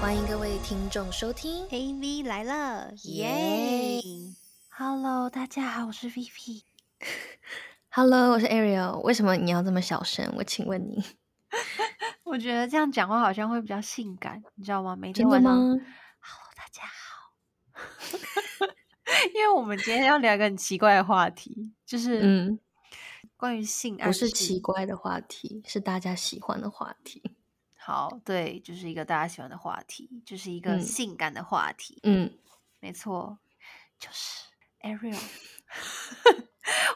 欢迎各位听众收听。 AV 来了，耶耶！Hello，大家好，我是 Vivi。 Hello，我是 Ariel。为什么你要这么小声？我请问你，我觉得这样讲话好像会比较性感，你知道吗？每天真的晚上吗？ ，Hello，大家好。 因为我们今天要聊一个很奇怪的话题，就是嗯，关于性暗不示。嗯是奇怪的话题，是大家喜欢的话题。好，对，就是一个大家喜欢的话题，就是一个嗯性感的话题。嗯，没错，就是 Ariel。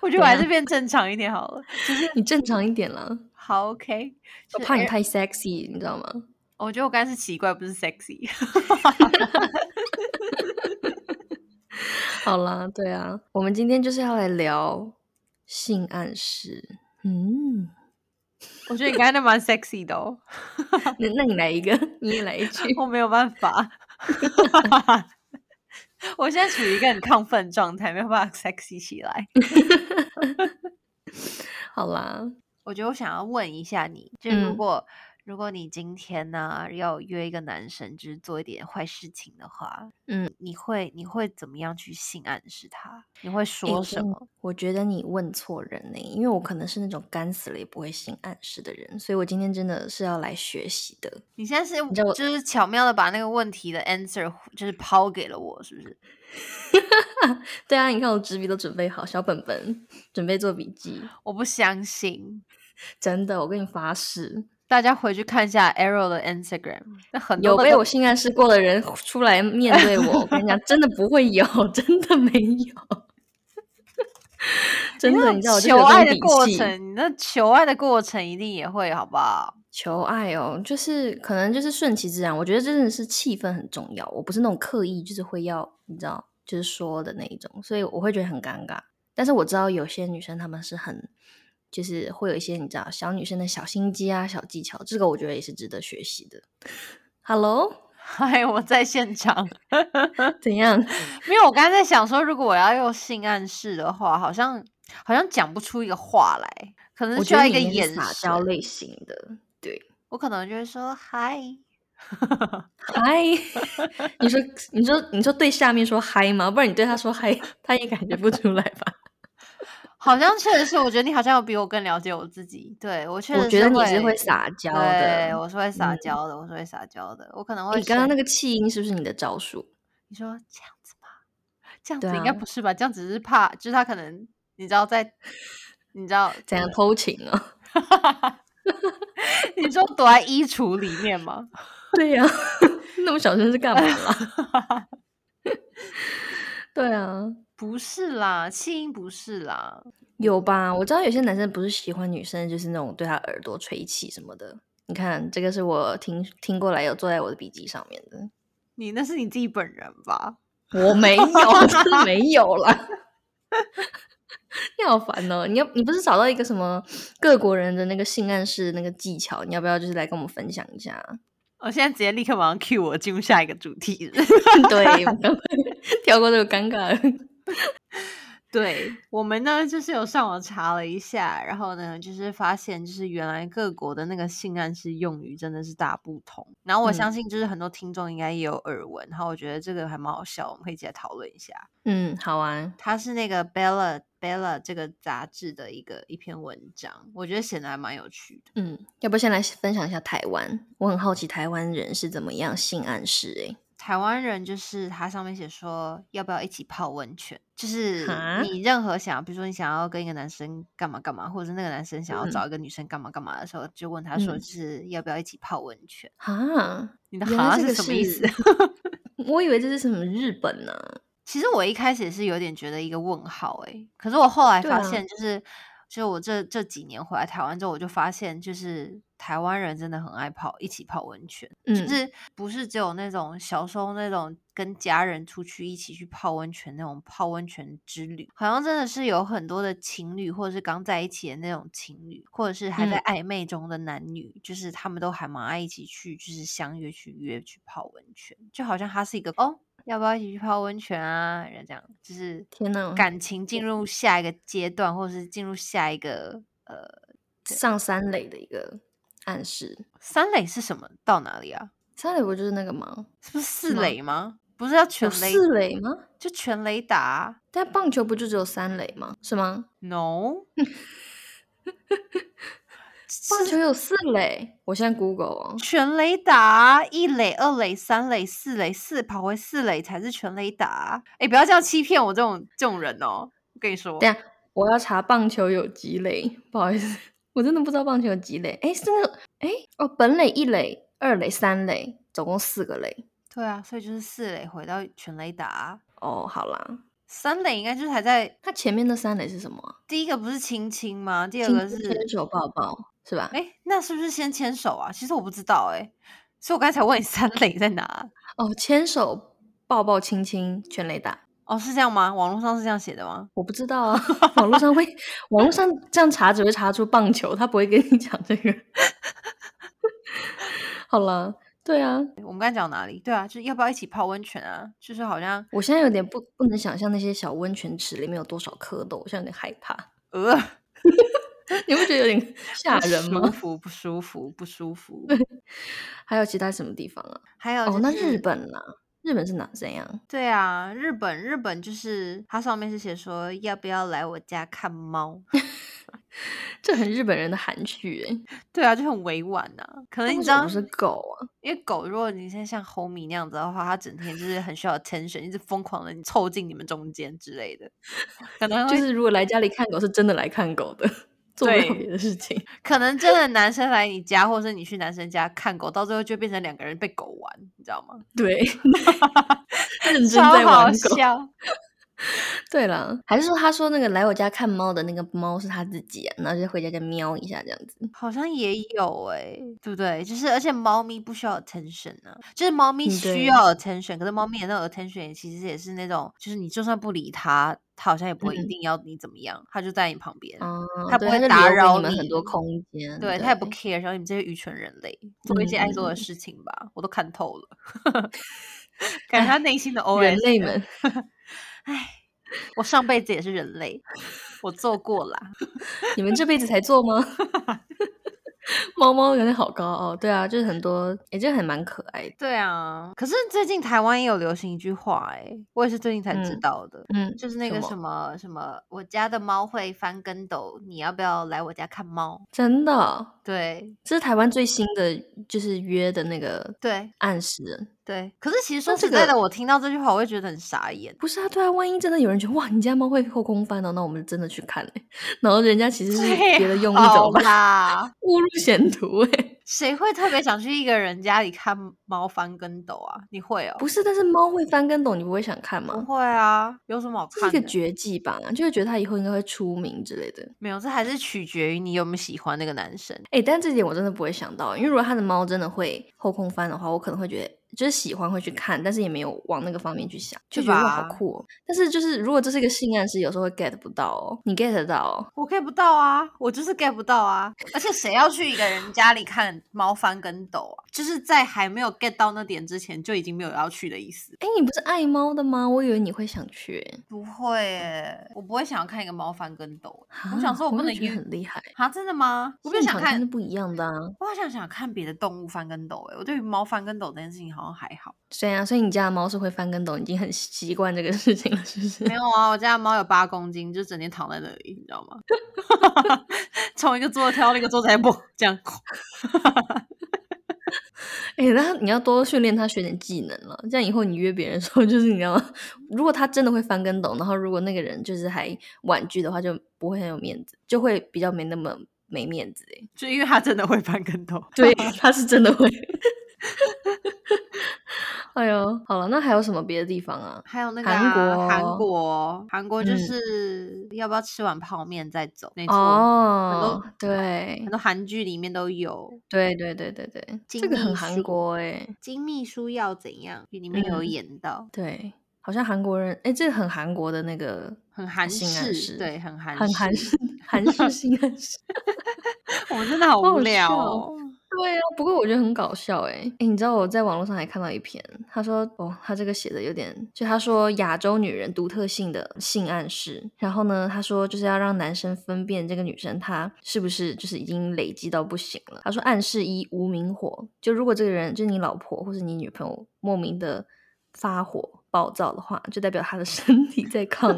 我觉得我还怎是变正常一点好了。嗯你正常一点啦，好，OK，我就是怕你 Ar- 太 sexy，你知道吗？我觉得我刚才是奇怪，不是 sexy。好啦，对啊，我们今天就是要来聊性暗示。 嗯，我觉得你刚才那蛮 sexy 的哦，那那你来一个，你也来一句。我没有办 法。我现在处于一个很亢奋的状态，没有办法 sexy 起来。嗯好啦，我觉得我想要问一下你，就嗯如果、如果你今天呢、要约一个男生，就是做一点坏事情的话，嗯，你会你会怎么样去性暗示他？你会诶说什真的么？我觉得你问错人呢、因为我可能是那种干死了也不会性暗示的人，所以我今天真的是要来学习的。你现在是知道我就是巧妙的把那个问题的 answer 就是抛给了我，是不是？对啊，你看我纸笔都准备好，小本本准备做笔记，我不相信，真的，我跟你发誓，大家回去看一下 Arrow 的 Instagram，那很多有的被都我性暗示过的人出来面对我，我跟你讲，真的不会有，真的没有， 真的，那你知道我就是有求这种爱的底过气程，你那求爱的过程一定也会，好不好？ 求爱哦，就是可能就是顺其自然。我觉得真的是气氛很重要，我不是那种刻意就是会要你知道就是说的那一种，所以我会觉得很尴尬。但是我知道有些女生她们是很就是会有一些你知道小女生的小心机啊、小技巧，这个我觉得也是值得学习的。Hello， 嗨，哎我在现场，怎样？因为我刚才在想说，如果我要用性暗示的话，好像好像讲不出一个话来，可能我需觉要得一你个应该眼是撒娇神。类型的，对。我可能就会说嗨， 嗨，你说，你说，你说对下面说嗨吗？不然你对他说嗨，他也感觉不出来吧？好像确实是，我觉得你好像有比我更了解我自己。对我确实我觉得你是会会撒娇的对，。我是会撒嗯娇的，我是会撒娇的，我可能会你刚刚生那个气音哦是不是你的招数？你说这样子吗？这样对子应该啊不是吧？这样只是怕，就是他可能你知道在，你知 道怎样偷情啊？ 你说躲在衣橱里面吗？对呀、那么小声是干嘛啦？ 对啊， 不是啦，弃婴不是啦。有吧？我知道有些男生不是喜欢女生，就是那种对他耳朵吹气什么的。你看，这个是我听听过来有做在我的笔记上面的。你那是你自己本人吧？我没有，真的没有啦。 你好烦哦！你要你不是找到一个什么各国人的那个性暗示那个技巧，你要不要就是来跟我们分享一下？我现在直接立刻马上 cue 我进入下一个主题。 对，我们赶快跳过这个尴尬的 对我们呢，就是有上网查了一下，然后呢，就是发现就是原来各国的那个性暗示用语真的是大不同。然后我相嗯信就是很多听众应该也有耳闻，然后我觉得这个还蛮好笑，我们可以一起来讨论一下。 嗯，好啊，它是那个 Bella Bella 这个杂志的一个一篇文章，我觉得写的还蛮有趣的。嗯，要不先来分享一下台湾？我很好奇台湾人是怎么样性暗示欸诶、台湾人就是它上面写说要不要一起泡温泉，就是哈你任何想要，比如说你想要跟一个男生干嘛干嘛，或者是那个男生想要嗯找一个女生干嘛干嘛的时候，就问他说嗯是要不要一起泡温泉。哈，你的原来好像这是个什么意思？我以为这是什么日本呢、啊其实我一开始也是有点觉得一个问号诶、可是我后来对发啊现，就是、就我这这几年回来台湾之后，我就发现，就是台湾人真的很爱泡一起泡温泉，就嗯，是不是只有那种小时候那种跟家人出去一起去泡温泉那种泡温泉之旅，好像真的是有很多的情侣，或者是刚在一起的那种情侣，或者是还在嗯暧昧中的男女，就是他们都还蛮爱一起去，就是相约去约去泡温泉，就好像它是一个哦，要不要一起去泡温泉啊？人家这样就是天哪，感情进入下一个阶段，或者是进入下一个呃上三垒的一个暗示，三垒是什么？到哪里啊？三垒不就是那个吗？是不是四吗垒吗？不是要全有垒，四垒吗？就全垒打啊但棒球不就只有三垒吗？是吗？ ？No，棒球有四垒，我现在 Google 哦。全垒打啊，一垒、二垒、三垒、四垒，四跑回四垒才是全垒打啊。哎，不要这样欺骗我这种这种人哦！我跟你说，等一下我要查棒球有几垒，不好意思，我真的不知道棒球有几垒。哎，是那个哎哦，本垒一垒、二垒、三垒，总共四个垒。对啊，所以就是四垒回到全垒打啊、哦，好啦，三垒应该就是还在它前面的三垒是什么啊？第一个不是亲亲吗？第二亲个亲是牵手抱抱是吧？哎，那是不是先牵手啊？其实我不知道哎、所以我刚才问你三垒在哪？哦，牵手抱抱亲亲全垒打，哦，是这样吗？网络上是这样写的吗？我不知道啊，网络上会 网络上这样查只会查出棒球，他不会跟你讲这个。好了，对啊，我们刚才讲哪里？对啊，就是要不要一起泡温泉啊？就是好像我现在有点不不能想象那些小温泉池里面有多少蝌蚪，我现在有点害怕。呃，你不觉得有点吓人不 吗？舒服，不舒服，不舒服。还有其他什么地方啊？还有、就是哦，那日本啦，日本是哪怎样？对啊，日本日本就是它上面是写说要不要来我家 看猫？这很日本人的含蓄诶、对啊，就很委婉呐、啊。可那能你为知什么道不，是狗啊？因为狗如果你现在像 Homie 那样子的话，它整天就是很需要 attention，一直疯狂的凑近你们中间之类的，可能就会是如果来家里看狗，是真的来看狗的，做不了对别的事情。可能真的男生来你家，或是你去男生家看狗，到最后就变成两个人被狗玩，你知道吗？ 对，认真超在好玩狗。笑。对了，还是说他说那个来我家看猫的那个猫是他自己、啊，然后就回家再喵一下这样子。好像也有哎、对不对？就是而且猫咪不需要 attention 啊，就是猫咪嗯需对要 attention，可是猫咪的那种 attention 其实也是那种，就是你就算不理它，它好像也不会一嗯定要你怎么样，它就在你旁边，哦，它对不会就打留给扰你们很多你空间，对，它也不 care，然后你们这些愚蠢人类做一些爱做的嗯事情吧，我都看透了， 感觉它内心的 OS 人类们。我上辈子也是人类，我做过啦。 你们这辈子才做吗？ 猫猫感觉好高傲，对啊，就是很多，也、就很蛮可爱的。对啊，可是最近台湾也有流行一句话、欸，哎，我也是最近才知嗯道的，嗯，就是那什个么什么什么，我家的猫会翻跟斗，你要不要来我家看猫？真的，对这是台湾最新的，就是约的那个对暗示。对，可是其实说那这实在的，个我听到这句话，我会觉得很傻眼。不是啊，对啊，万一真的有人觉得哇，你家猫会后空翻哦，那我们真的去看嘞、 然后人家其实是最别的用意怎啊好么办？ 啦，误入险途哎、谁会特别想去一个人家里看猫翻跟斗啊？你会哦？不是，但是猫会翻跟斗，你不会想看不吗？会啊，有什么好这是看一个的？绝技吧，就会觉得它以后应该会出名之类的。没有，这还是取决于你有没有喜欢那个男生。哎、但这点我真的不会想到，因为如果他的猫真的会后空翻的话，我可能会觉得就是喜欢会去看，但是也没有往那个方面去想，就对觉得哇好吧酷哦。但是就是如果这是一个性暗示，有时候会 get 不到哦，你 get 得到哦。我 get 不到啊，我就是 get 不到啊！而且谁要去一个人家里看猫翻跟斗啊？就是在还没有 get 到那点之前，就已经没有要去的意思。哎、你不是爱猫的吗？我以为你会想去欸。不会耶，我不会想要看一个猫翻跟斗。我啊想说，我不真的能觉得约很厉害，啊，真的吗？我现不想场看是看，不一样的啊。我好像想看别的动物翻跟斗。哎，我对于猫翻跟斗这件事情好像还好。对啊，所以你家的猫是会翻跟斗，已经很习惯这个事情了，是不是没？有啊，我家的猫有八公斤，就整天躺在那里，你知道吗？ 从一个桌子挑到另一个桌子，还不这样。哎、那你要多训练它学点技能了，这样以后你约别人的时候，就是你要， 如果它真的会翻跟斗，然后如果那个人就是还婉拒的话，就不会很有面子，就会比较没那么没面子。哎，就因为它真的会翻跟斗。对， 他是真的会。哎呦，好了，那还有什么别的地方啊？ 还有那个韩啊韩国哦国，韩国就嗯是要不要吃完泡面再走？没错，哦，很对，多韩剧里面都有。对对对对对，这金个很秘韩书国哎、金秘书要怎样？里面有嗯演到，对，好像韩国人哎，这很韩国的那个很韩性暗式，示对，很韩很 韩式。 式韩式性暗示。我们真的好好无好聊笑哦、对啊，不过我觉得很搞笑哎、欸、你知道我在网络上还看到一篇，他说哦，他这个写的有点，就他说亚洲女人独特性的性暗示，然后呢，他说就是要让男生分辨这个女生她是不是就是已经累积到不行了。他说暗示一无名火，就如果这个人就是你老婆或是你女朋友莫名的发火暴躁的话，就代表她的 身体在抗议。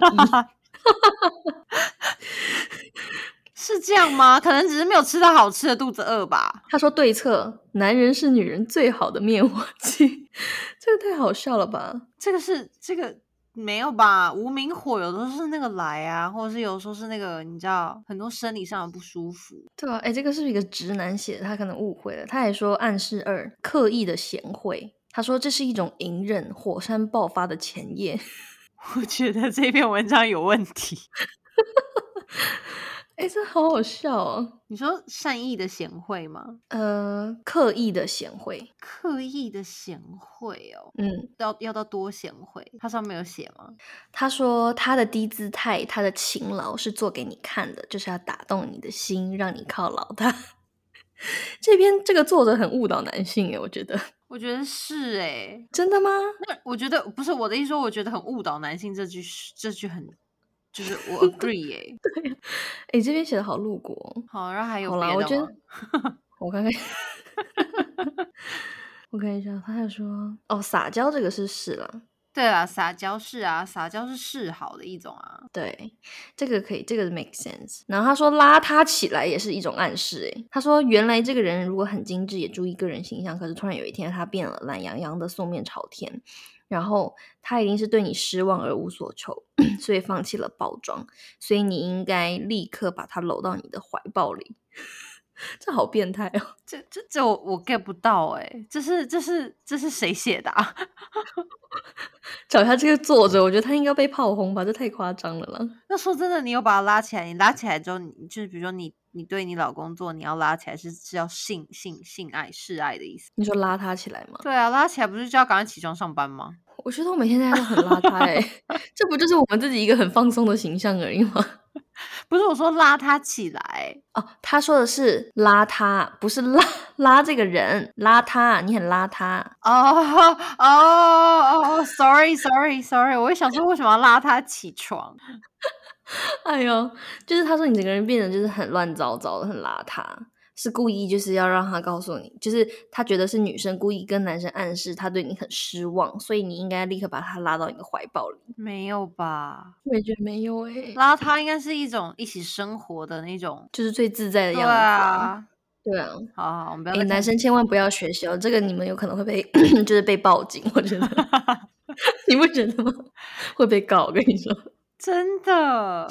是这样吗？可能只是没有吃到好吃的，肚子饿吧。他说对策，男人是女人最好的灭火器， 这个太好笑了吧？这个是这个没有吧？无名火有的时候是那个来啊，或者是有时候是那个，你知道很多生理上的不舒服。 对啊，哎，这个是一个直男写的，他可能误会了。他还说暗示二，刻意的贤惠。他说这是一种隐忍，火山爆发的前夜。 我觉得这篇文章有问题。 哎，这好好笑哦！你说善意的贤惠吗？呃，刻意的贤惠，刻意的贤惠哦，嗯，要要到多贤惠？它上面有写吗？他说他的低姿态，他的勤劳是做给你看的，就是要打动你的心，让你犒劳他。 这篇这个作者很误导男性哎，我觉得， 我觉得是哎、真的吗？那我觉得不是我的意思说，我觉得很误导男性这句是这句很，就是 我 agree 哎、哎，这篇写的好露骨哦。好，然后还有好别啦的我觉吗 得我看看，我看一下，他还说哦，撒娇这个是是了，对啦，撒娇是啊，撒娇是示好的一种啊。对，这个可以，这个 make sense。然后他说邋遢起来也是一种暗示，诶，他说原来这个人如果很精致，也注意个人形象，可是突然有一天他变了，懒洋洋的素面朝天，然后他一定是对你失望而无所求，所以放弃了包装，所以你应该立刻把他搂到你的怀抱里。 这好变态哦！这这这我我 get 不到哎、这是这是这是谁写的啊？ 找一下这个作者，我觉得他应该被炮轰吧，这太夸张了啦。那说真的，你有把他拉起来，你拉起来之后，你就是比如说你你对你老公做，你要拉起来是是要性性性爱示爱的意思。你说邋遢起来吗？对啊，拉起来不是就要赶快起床上班吗？ 我觉得我每天在家都很邋遢 哎、这不就是我们自己一个很放松的形象而已吗？不是我说拉他起来，哦，他说的是邋遢，不是拉 拉这个人邋遢，你很邋遢。 哦哦哦哦，sorry sorry sorry，我也想说为什么要拉他起床？哎呦，就是他说你整个人变得就是很乱糟糟的，很邋遢，是故意就是要让他告诉你，就是他觉得是女生故意跟男生暗示他对你很失望，所以你应该立刻把他拉到你的怀抱里。没有吧？我也觉得没有欸诶、拉他应该是一种一起生活的那种，就是最自在的对样子啊。啊。对啊，好好，我们不要哎、再男看生千万不要学习哦，这个你们有可能会 被就是被报警，我觉得，你不觉得吗？会被告，我跟你说。真的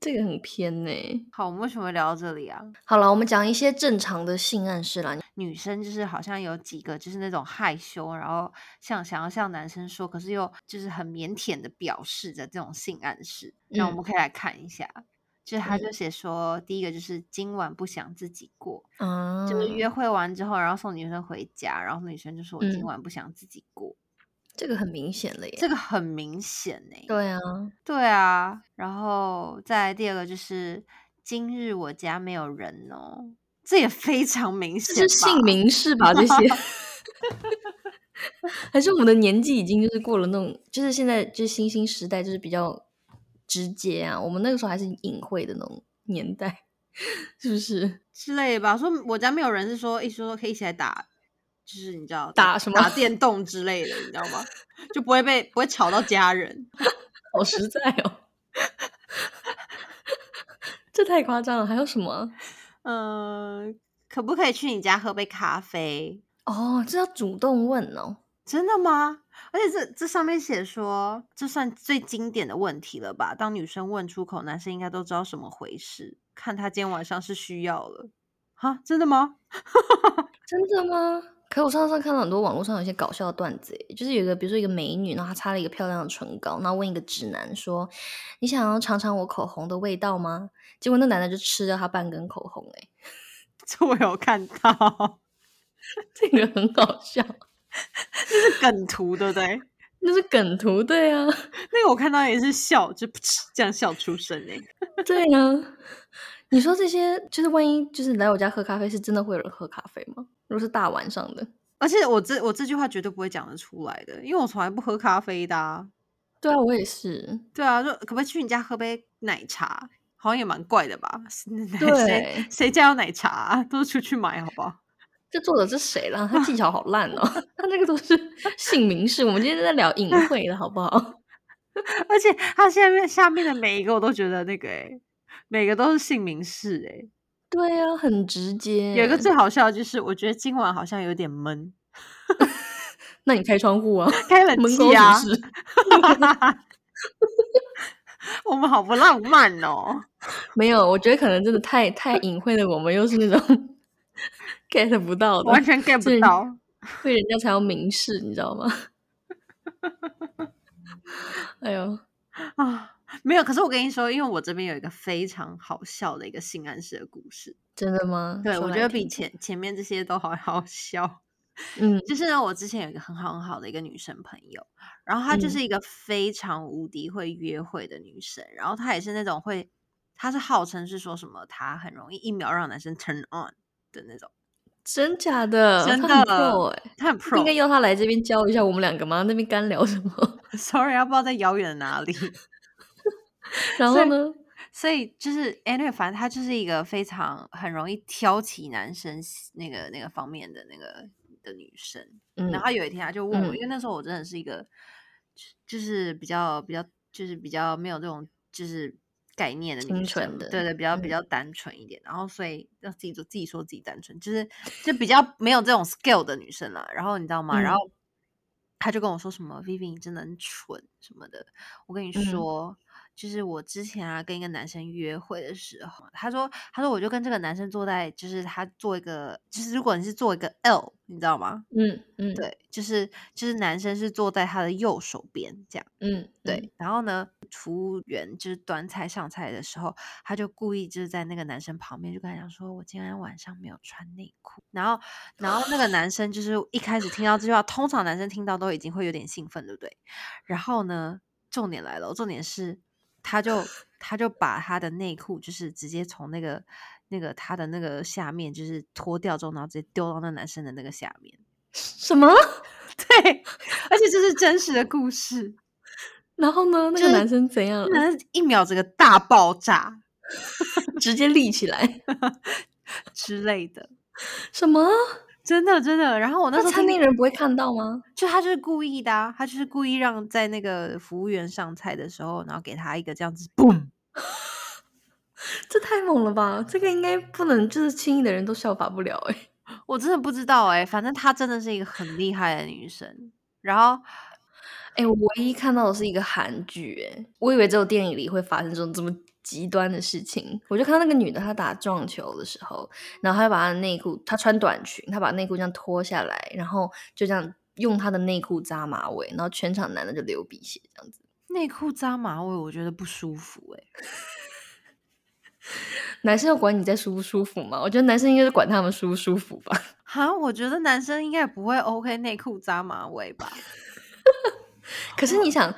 这个很偏呢、好，我们为什么会聊到这里啊？好了，我们讲一些正常的性暗示啦。女生就是好像有几个就是那种害羞，然后像想要向男生说，可是又就是很腼腆的表示的这种性暗示，那我嗯们可以来看一下。就是他嗯就写说，第一个就是今晚不想自己过，啊，就是约会完之后，然后送女生回家，然后女生就说我今嗯晚不想自己过，这个很明显了耶。这个很明显呢、对啊，对啊，然后再来第二个就是今日我家没有人哦，这也非常明这显吧，是姓名是吧？ 这些， 还是我们的年纪已经就是过了那种，就是现在就是新兴时代，就是比较直接啊。我们那个时候还是隐晦的那种年代， 是不是？之类的吧。说我家没有人是说一说可以一起来打，就是你知道打什么打电动之类的，你知道吗？就不会被不会吵到家人。好实在哦， 这太夸张了。还有什么啊？嗯、可不可以去你家喝杯咖啡？哦，这要主动问哦。真的吗？而且这这上面写说，这算最经典的问题了吧？当女生问出口，男生应该都知道什么回事。看他今天晚上是需要了，哈，真的吗？ 真的吗？可我上次看到很多网络上有一些搞笑的段子耶，就是有一个比如说一个美女，然后她擦了一个漂亮的唇膏，然后问一个直男说：“你想要尝尝我口红的味道吗？”结果那男的就吃掉他半根口红，哎，这我有看到， 这个很搞笑，这是梗图，对不对？ 那是梗图对啊，那个我看到也是笑，就噗 嗤这样笑出声哎、对啊 啊。你说这些就是万一就是来我家喝咖啡，是真的会有人喝咖啡吗？如果是大晚上的，而且我这我这句话绝对不会讲得出来的，因为我从来不喝咖啡的、啊。对啊，我也 是。对啊，就可不可以去你家喝杯奶茶？好像也蛮怪的吧？ 谁对谁家有奶茶、啊？都是出去买，好不好？这作者是谁啦？他技巧好烂哦， 他那个都是姓名式。我们今天在聊隐晦的好不好？而且他下面下面的每一个我都觉得那个哎、每个都是姓名氏哎、 对啊，很直接。有一个最好笑的就是，我觉得今晚好像有点闷，那你开窗户 啊，开冷门口气啊，是 我们好不浪漫哦。没有，我觉得可能真的太太隐晦的，我们又是那种 get 不到的，完 全 get 所以不到。所以人家才要明示，你知道吗？ 哎呦，啊，没有。可是我跟你说，因为我这边有一个非常好笑的一个性暗示的故事，真的吗？对说我来觉得比听听前前面这些都好好笑。嗯就是呢，我之前有一个很好很好的一个女生朋友，然后她嗯就是一个非常无敌会约会的女生，然后她也是那种会，她是号称是说什么她很容易一秒让男生 turn on 的那种，真假的，真他很的 pro 哎、她很不应该 pro。要他来这边教一下我们两个吗？那边干聊什么？ Sorry，她不知道在遥远的哪里。 然所后以呢？所以就是 anyway，反正他就是一个非常很容易挑起男生喜那个那个方面的那个的女生。嗯然后有一天他啊就问我，嗯因为那时候我真的是一个就就是比较比较就是比较没有这种就是概念的女清生纯嘛，的对对，比较比嗯较单纯一点。然后所以要自己说自己说自己单纯，就是就比较没有这种 skill 的女生啦。然后你知道吗？然嗯后。他就跟我说什么 “Vivi 你真的很蠢什么的”，我跟你嗯说，就是我之前啊跟一个男生约会的时候，他说他说我就跟这个男生坐在，就是他做一个，就是如果你是做一个 L，你知道吗？嗯嗯对，就是就是男生是坐在他的右手边这样。嗯，对，然后呢，服务员就是端菜上菜的时候，他就故意就是在那个男生旁边就跟他讲说：“我今天晚上没有穿内裤。”然后，然后那个男生就是一开始听到这句话，通常男生听到都已经会有点兴奋，对不对？然后呢，重点来了，重点是他就他就把他的内裤就是直接从那个那个他的那个下面就是脱掉之后，然后直接丢到那男生的那个下面。什么？对，而且这是真实的故事。然后呢？那就个是男生怎样？那一秒整个大爆炸直接立起 来？之类的，什么？真的真的。然后我那时那候餐听厅人不会看到吗？就他就是故意的、啊，他就是故意让在那个服务员上菜的时候，然后给他一个这样子 boom。这太猛了吧！这个应该不能，就是轻易的人都效法不了哎、我真的不知道哎、反正她真的是一个很厉害的女生。然后哎、我唯一看到的是一个韩剧，哎，我以为只有电影里会发生这种这么极端的事情。我就看到那个女的，她打撞球的时候，然后她就把她的内裤，她穿短裙，她把内裤这样脱下来，然后就这样用她的内裤扎马尾，然后全场男的就流鼻血这样子。内裤扎马尾，我觉得不舒服哎、男生要管你在舒不舒服吗？我觉得男生应该是管他们舒不舒服吧。哈，我觉得男生应该不会 OK 内裤扎马尾吧？可是你想，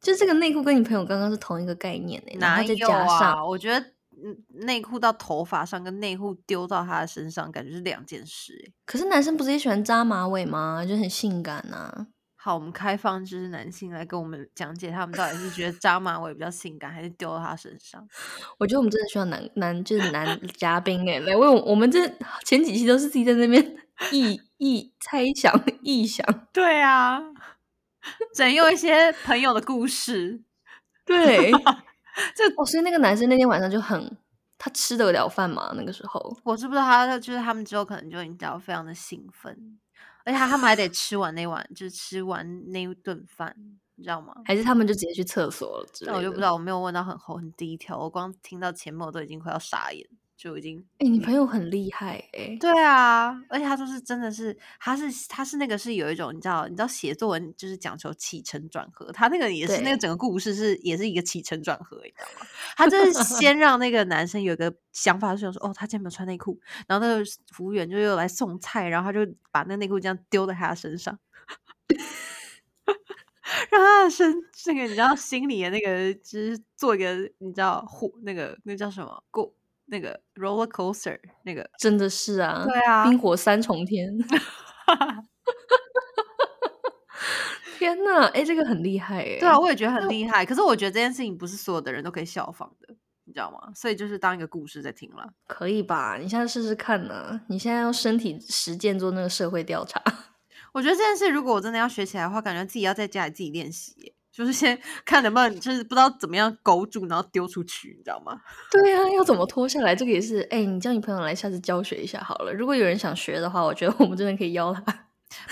就这个内裤跟你朋友刚刚是同一个概念诶、然哪后再有加上、啊？我觉得嗯内裤到头发上跟内裤丢到他的身上，感觉是两件事哎、可是男生不是也喜欢扎马尾吗？就很性感啊呐、好，我们开放就是男性来跟我们讲解，他们到底是觉 得扎马尾比较性感，还是丢到他身上？我觉得我们真的需要男男就是男嘉宾哎、来为我我们这前几期都是自己在那边臆臆猜想臆想，对 啊，整用一些朋友的故事， 对这哦，所以那个男生那天晚上就很他吃得了饭嘛，那个时候我是不知道他就是他们之后可能就你知道非常的兴奋，而且他们还得吃完那碗，就是吃完那一顿饭，你知道吗？还是他们就直接去厕所了之类那的。我就不知道，我没有问到很后很低调，我光听到前面我都已经快要傻眼，就已经哎、你朋友很厉害哎、对啊，而且他说是真的是，他是他是那个是有一种你知道，你知道写作文就是讲求起承转合，他那个也是那个对整个故事是也是一个起承转合，你知道吗？他就是 先让那个男生有一个想法，是想说哦，他今天没有穿内裤，然后那个服务员就又来送菜，然后他就把那内裤这样丢在他的身上， 让他的身这个你知道心里的那个就是做一个你知道火那个那叫什么过那个 roller coaster 那个，真的是啊，对啊冰火三重天。 天呐，哎、这个很厉害哎、对啊，，我也觉得很厉害。可是我觉得这件事情不是所有的人都可以效仿的，你知道吗？所以就是当一个故事在听了。可以吧？你现在试试看呢、你现在用身体实践做那个社会调查，我觉得这件事如果我真的要学起来的话，感觉自己要在家里自己练习耶，就是先 看能不能，就是不知道怎么样勾住，然后丢出去，你知道吗？ 对啊，要怎么脱下来？这个也是，哎、你叫你朋友来，下次教学一下好了。如果有人想学的话，我觉得我们真的可以邀他。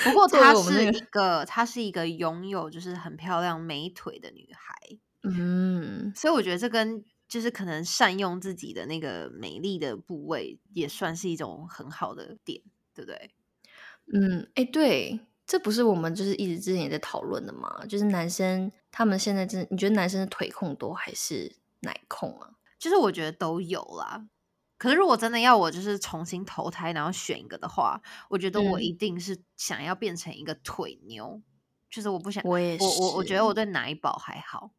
不过作为她我们是那一个，她是一个拥有就是很漂亮美腿的女孩， 嗯，所以我觉得这跟就是可能善用自己的那个美丽的部位，也算是一种很好的点，对不对？嗯，哎、对，这不是我们就是一直之前也在讨论的嘛？就是男生他们现在真的，你觉得男生是腿控多还是奶控啊？就是我觉得都有啦。可是如果真的要我就是重新投胎，然后选一个的话，我觉得我嗯一定是想要变成一个腿牛，就是我不想，我也是，我我我觉得我对奶宝还好，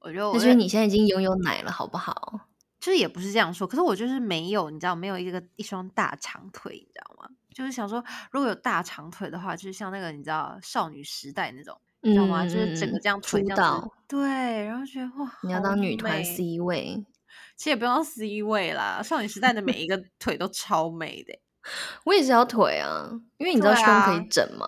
我觉得我那对就是你现在已经拥有奶了，好不好？就是也不是这样说，可是我就是没有，你知道没有一个一双大长腿，你知道吗？就是想说，如果有大长腿的话，就是像那个你知道少女时代那种，你知道嗯吗？就是整个这样出腿这样子道，，对，然后觉得哇，你要好当女团美 C 位。其实也不用 C 位啦，少女时代的每 一个腿都超美的欸、我也是要腿啊，因为你知道对胸可啊以整嘛，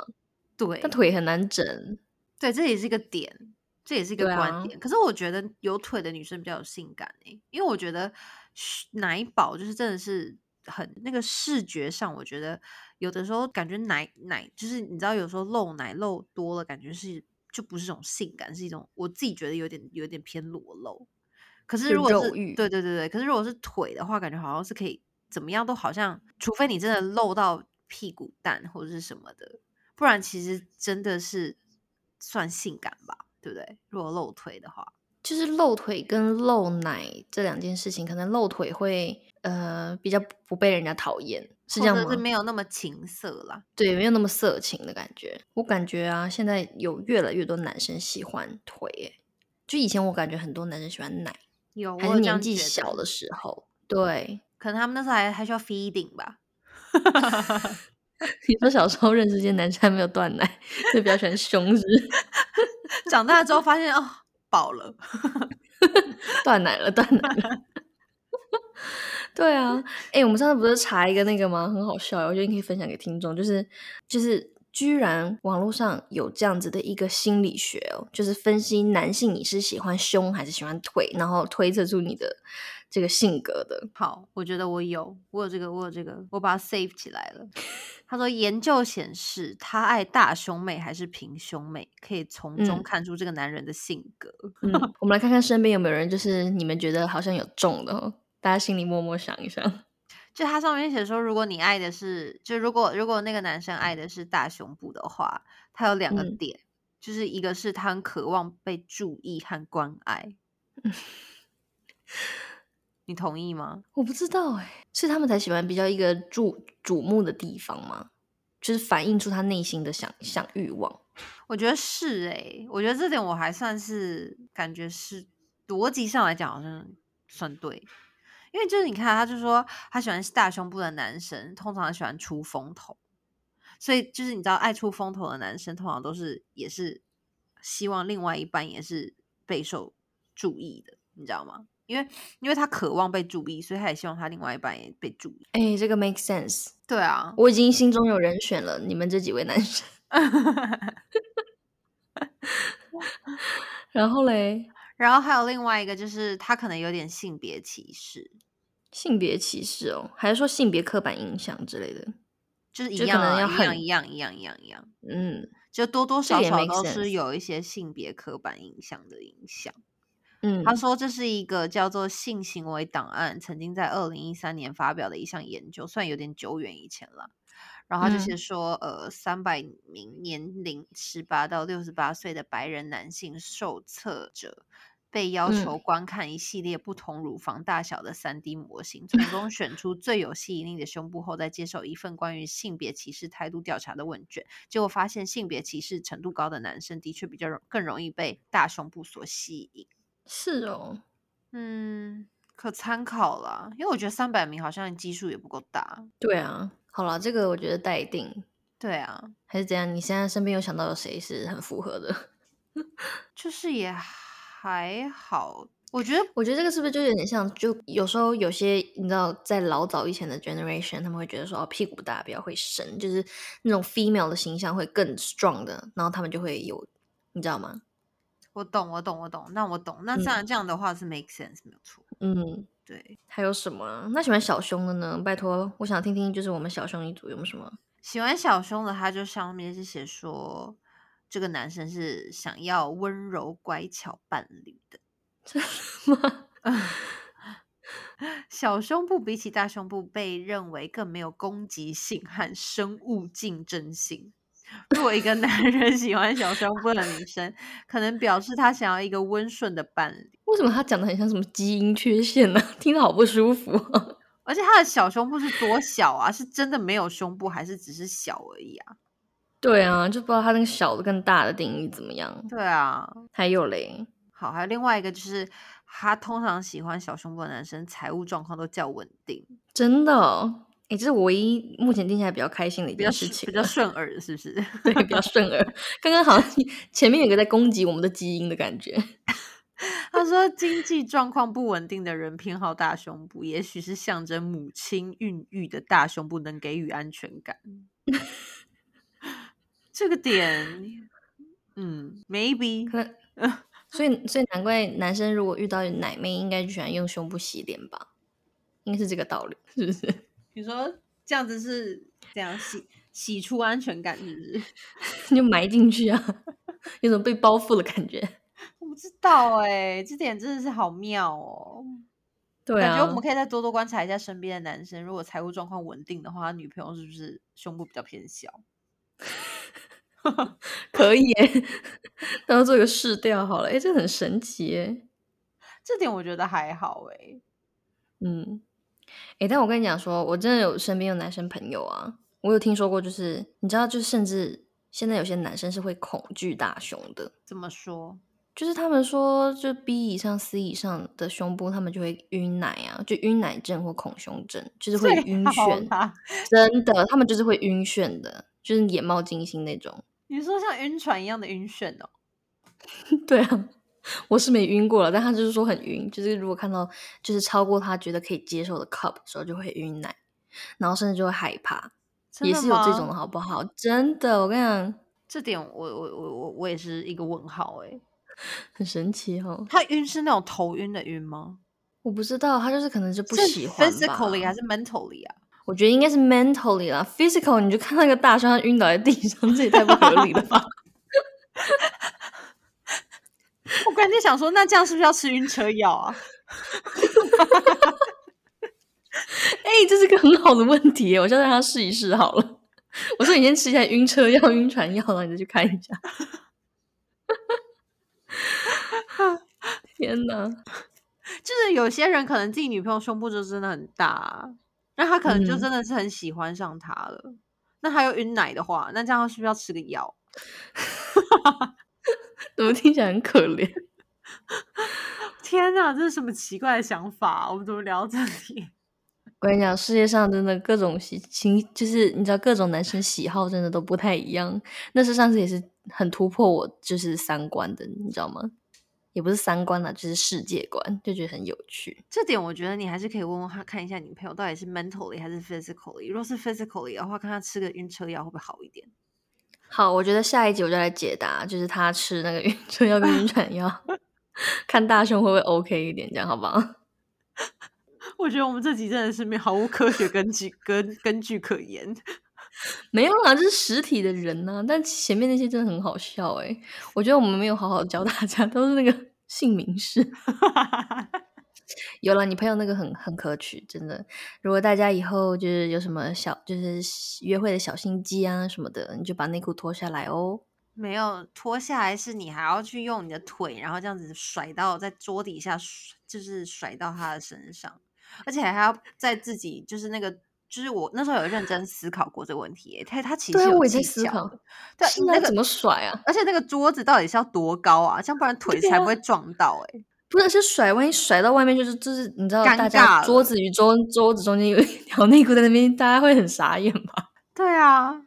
对，但腿很难整。对，这也是一个点，这也是一个对观啊点。可是我觉得有腿的女生比较有性感诶、因为我觉得嘘奶宝就是真的是很那个视觉上，我觉得有的时候感觉奶奶就是你知道，有时候露奶露多了，感觉是就不是一种性感，是一种我自己觉得有点有点偏裸露。可是就如果肉是欲对对对对，可是如果是腿的话，感觉好像是可以怎么样都好像，除非你真的露到屁股蛋或者是什么的，不然其实真的是算性感吧，对不对？如果露腿的话，就是露腿跟露奶这两件事情，可能露腿会呃比较不被人家讨厌，是这样或者吗是？没有那么情色啦。对，没有那么色情的感觉。我感觉啊，现在有越来越多男生喜欢腿、欸，就以前我感觉很多男生喜欢奶，有，我还有是这样年纪觉得小的，时候。对，可能他们那时候还还需要 feeding 吧。 你说小时候认识一些男生还没有断奶， 所以比较喜欢胸是不是长大之后发现哦，饱了。断奶了，断奶了。 对啊，哎、我们上次不是查一个那个吗？很好笑，我觉得你可以分享给听众，就是就是，居然网络上有这样子的一个心理学哦，就是分析男性你是喜欢胸还是喜欢腿，然后推测出你的这个性格的。好，我觉得我有，我有这个，我有这个，我把它 save 起来了。他说，研究显示，他爱大胸妹还是平胸妹，可以从中嗯看出这个男人的性格。嗯，我们来看看身边有没有人，就是你们觉得好像有中的哦，大家心里默默想一想。就它上面写说，如果你爱的是，就如果如果那个男生爱的是大胸部的话，他有两个嗯点，就是一个是他很渴望被注意和关爱，嗯你同意吗？我不知道哎、是他们才喜欢比较一个注瞩目的地方吗？就是反映出他内心的想想欲望。我觉得是诶、我觉得这点我还算是感觉是逻辑上来讲好像算对，因为就是你看，啊他就说他喜欢大胸部的男生，通常喜欢出风头，所以就是你知道爱出风头的男生，通常都是也是希望另外一半也是备受注意的，你知道吗？因为因为他渴望被注意，所以他也希望他另外一半也被注意。哎、这个 make sense。对啊，我已经心中有人选了，你们这几位男生。 然后嘞， 然后还有另外一个就是他可能有点性别歧视，性别歧视哦，还是说性别刻板印象之类的？就是一就可样能啊要一样很一样一样一样一样，嗯就多多少也少 make 都是 sense 有一些性别刻板印象的影响。嗯他说这是一个叫做《性行为档案》曾经在二零一三年发表的一项研究，虽然有点久远以前了。然后他就嗯写说，呃，三百名年龄十八到六十八岁的白人男性受测者被要嗯求观看一系列不同乳房大小的三 D 模型，从中选出最有吸引力的胸部后，再接受一份关于性别歧视态度调查的问卷。结果发现，性别歧视程度高的男生的确比较容更容易被大胸部所吸引。是哦，嗯，可参考啦，因为我觉得三百名好像基数也不够大。对啊，好了，这个我觉得待定，对啊，还是怎样？你现在身边有想到有谁是很符合的？就是也还好，我觉得我觉得这个是不是就有点像，就有时候有些你知道，在老早以前的 generation，他们会觉得说哦，屁股大比较会生，就是那种 female 的形象会更 strong 的，然后他们就会有，你知道吗？我懂，我懂，我懂。那我懂，那这样、这样的话是 make sense 没有错。嗯，对，还有什么啊？那喜欢小胸的呢？拜托，我想听听，就是我们小胸一族有没有什么？喜欢小胸的，他就上面是写说这个男生是想要温柔乖巧伴侣的。 小胸部比起大胸部被认为更没有攻击性和生物竞争性。如果一个男人喜欢小胸部的女生，可能表示他想要一个温顺的伴侣。为什么他讲的很像什么基因缺陷呢、 听着好不舒服、哦 而且他的小胸部是多小啊？是真的没有胸部，还是只是小而已啊？对啊，就不知道他那个小的跟大的定义怎么样。对啊，还有嘞，好，还有另外一个就是，他通常喜欢小胸部的男生，财务状况都较稳定，真的、哦，哎，这是我唯一目前听起来比较开心的一比较件事顺情比了，较顺耳，是不是？ 对，比较顺耳。刚刚好像 前面有个在攻击我们的基因的感觉，他说，经济状况不稳定的人偏好大胸部，也许是象征母亲孕育的大胸部能给予安全 感。这个点，嗯，maybe 可能，所以所以难怪男生如果遇到奶妹，应该就喜欢用胸部洗脸吧，应该是这个道理，是不是？ 你说这样子是这样洗洗出安全感，是不是？就埋进去啊，有种被包覆的感觉。我不知道哎、这点真的是好妙哦。对啊，感觉我们可以再多多观察一下身边的男生，如果财务状况稳定的话，他女朋友是不是胸部比较偏小？可以耶，然后做个试调好了。哎，这很神奇耶。这点我觉得还好哎、嗯，哎，但我跟你讲说，我真的有身边有男生朋友啊，我有听说过，就是你知道，就甚至现在有些男生是会恐惧大胸的，怎么说？就是他们说，就 B 以上、C 以上的胸部，他们就会晕奶啊，就晕奶症或恐胸症，就是会最晕好眩，啦真的，他们就是会晕眩的，就是眼冒金星那种。 你说像晕船一样的晕眩哦，对啊，我是没晕过了，但他就是说很晕，就是如果看到就是超过他觉得可以接受的 cup 的时候，就会晕奶，然后甚至就会害怕，真也的是有这种吗的好不好？真的，我跟你讲，这点我我我我我也是一个问号哎、很神奇哦。他晕是那种头晕的晕吗？我不知道，他就是可能就不是喜欢吧。 physically 还是 mentally 啊？ 我觉得应该是 mentally 啦，physical 你就看那个大象晕倒在地上，这也太不合理了吧？ 我关键想说，那这样是不是要吃晕车药啊？哎、这是个很好的问题耶，我就让他试一试好了。 我说你先吃一下晕车药、晕船药，然后你再去看一下。 天哪！就是有些人可能自己女朋友胸部就真的很大、啊，那他可能就真的是很喜欢上她了。那他又晕奶的话，那这样是不是要吃个药？怎么听起来很可怜？天哪，这是什么奇怪的想法啊、我们怎么聊到这里？ 我跟你讲，世界上真的各种喜情，就是你知道各种男生喜好真的都不太一样。那是上次也是很突破我就是三观的，你知道吗？也不是三观啦，就是世界观，就觉得很有趣。这点我觉得你还是可以问问他，看一下你朋友到底是 mentally 还是 physically。如果是 physically 的话，看他吃个晕车药会不会好一点。好，我觉得下一集我就来解答，就是他吃那个 晕车药跟晕船药，看大胸会不会 OK 一点，这样好不好？我觉得我们这集真的是没有毫无科学根据根根据可言。没有啦，这是实体的人呐、但前面那些真的很好笑诶、我觉得我们没有好好教大家， 都是那个姓名 式。有了，你朋友那个很很可取，真的。如果大家以后就是有什么小，就是约会的小心机啊什么的，你就把内裤脱下来哦。没有脱下来，是你还要去用你的腿，然后这样子甩到在桌底下甩，就是甩到他的身上，而且还要在自己就是那个。就是我那时候有认真思考过这个问题耶，他他其实对啊是有我也在技思巧考的，对啊，是你啊那个怎么甩啊？而且那个桌子到底是要多高啊？这样不然腿对才不啊会撞到哎、不能是甩，万一甩到外面就是就是，你知道尴大家尬桌了子与桌桌子中间有一条内裤在那边，大家会很傻眼吧？对啊。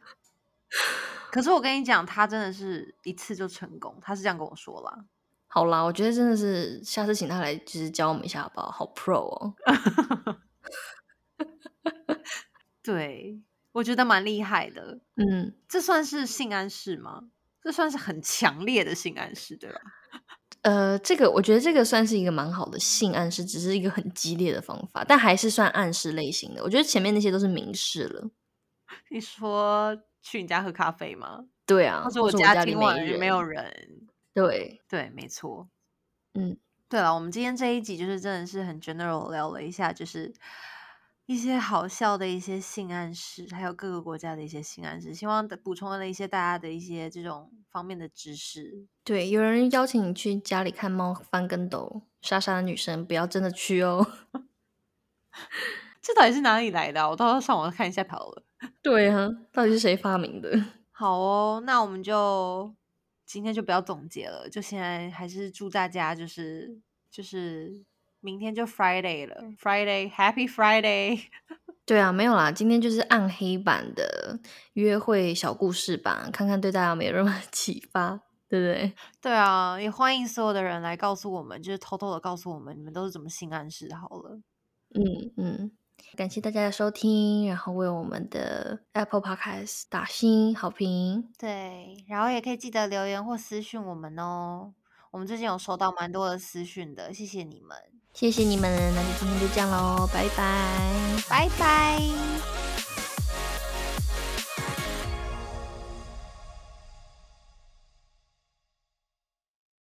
可是我跟你讲，他真的是一次就成功，他是这样跟我说啦。好啦，我觉得真的是下次请他来就是教我们一下好不好？好 pro 哦，对，我觉得蛮厉害的。嗯，这算是性暗示吗？这算是很强烈的性暗示，对吧？呃，这个我觉得这个算是一个蛮好的性暗示，只是一个很激烈的方法，但还是算暗示类型的。我觉得前面那些都是明示了。你说去你家喝咖啡吗？对啊，或者或我者家家里今没晚人，没有人。对，对，没错。嗯，对了，我们今天这一集就是真的是很 general 聊了一下，就是一些好笑的一些性暗示，还有各个国家的一些性暗示，希望的补充了一些大家的一些这种方面的知识。对，有人邀请你去家里看猫翻跟斗，莎莎的女生不要真的去哦。 这到底是哪里来的啊、我到时候上网看一下好了。对啊，到底是谁发明的？好哦，那我们就今天就不要总结了，就现在还是祝大家就是就是明天就 Friday 了，Friday Happy Friday， 对啊，没有啦，今天就是暗黑版的约会小故事吧，看看对大家有没有任何 启发，对不对？对啊，也欢迎所有的人来告诉我们，就是偷偷的告诉我们你们都是怎么性暗示好了。嗯嗯，感谢大家的收听，然后为我们的 Apple Podcast 打星好评。对，然后也可以记得留言或私讯我们哦。我们最近有收到蛮多的私讯的，谢谢你们，谢谢你们，那就今天就这样喽，拜拜。拜拜。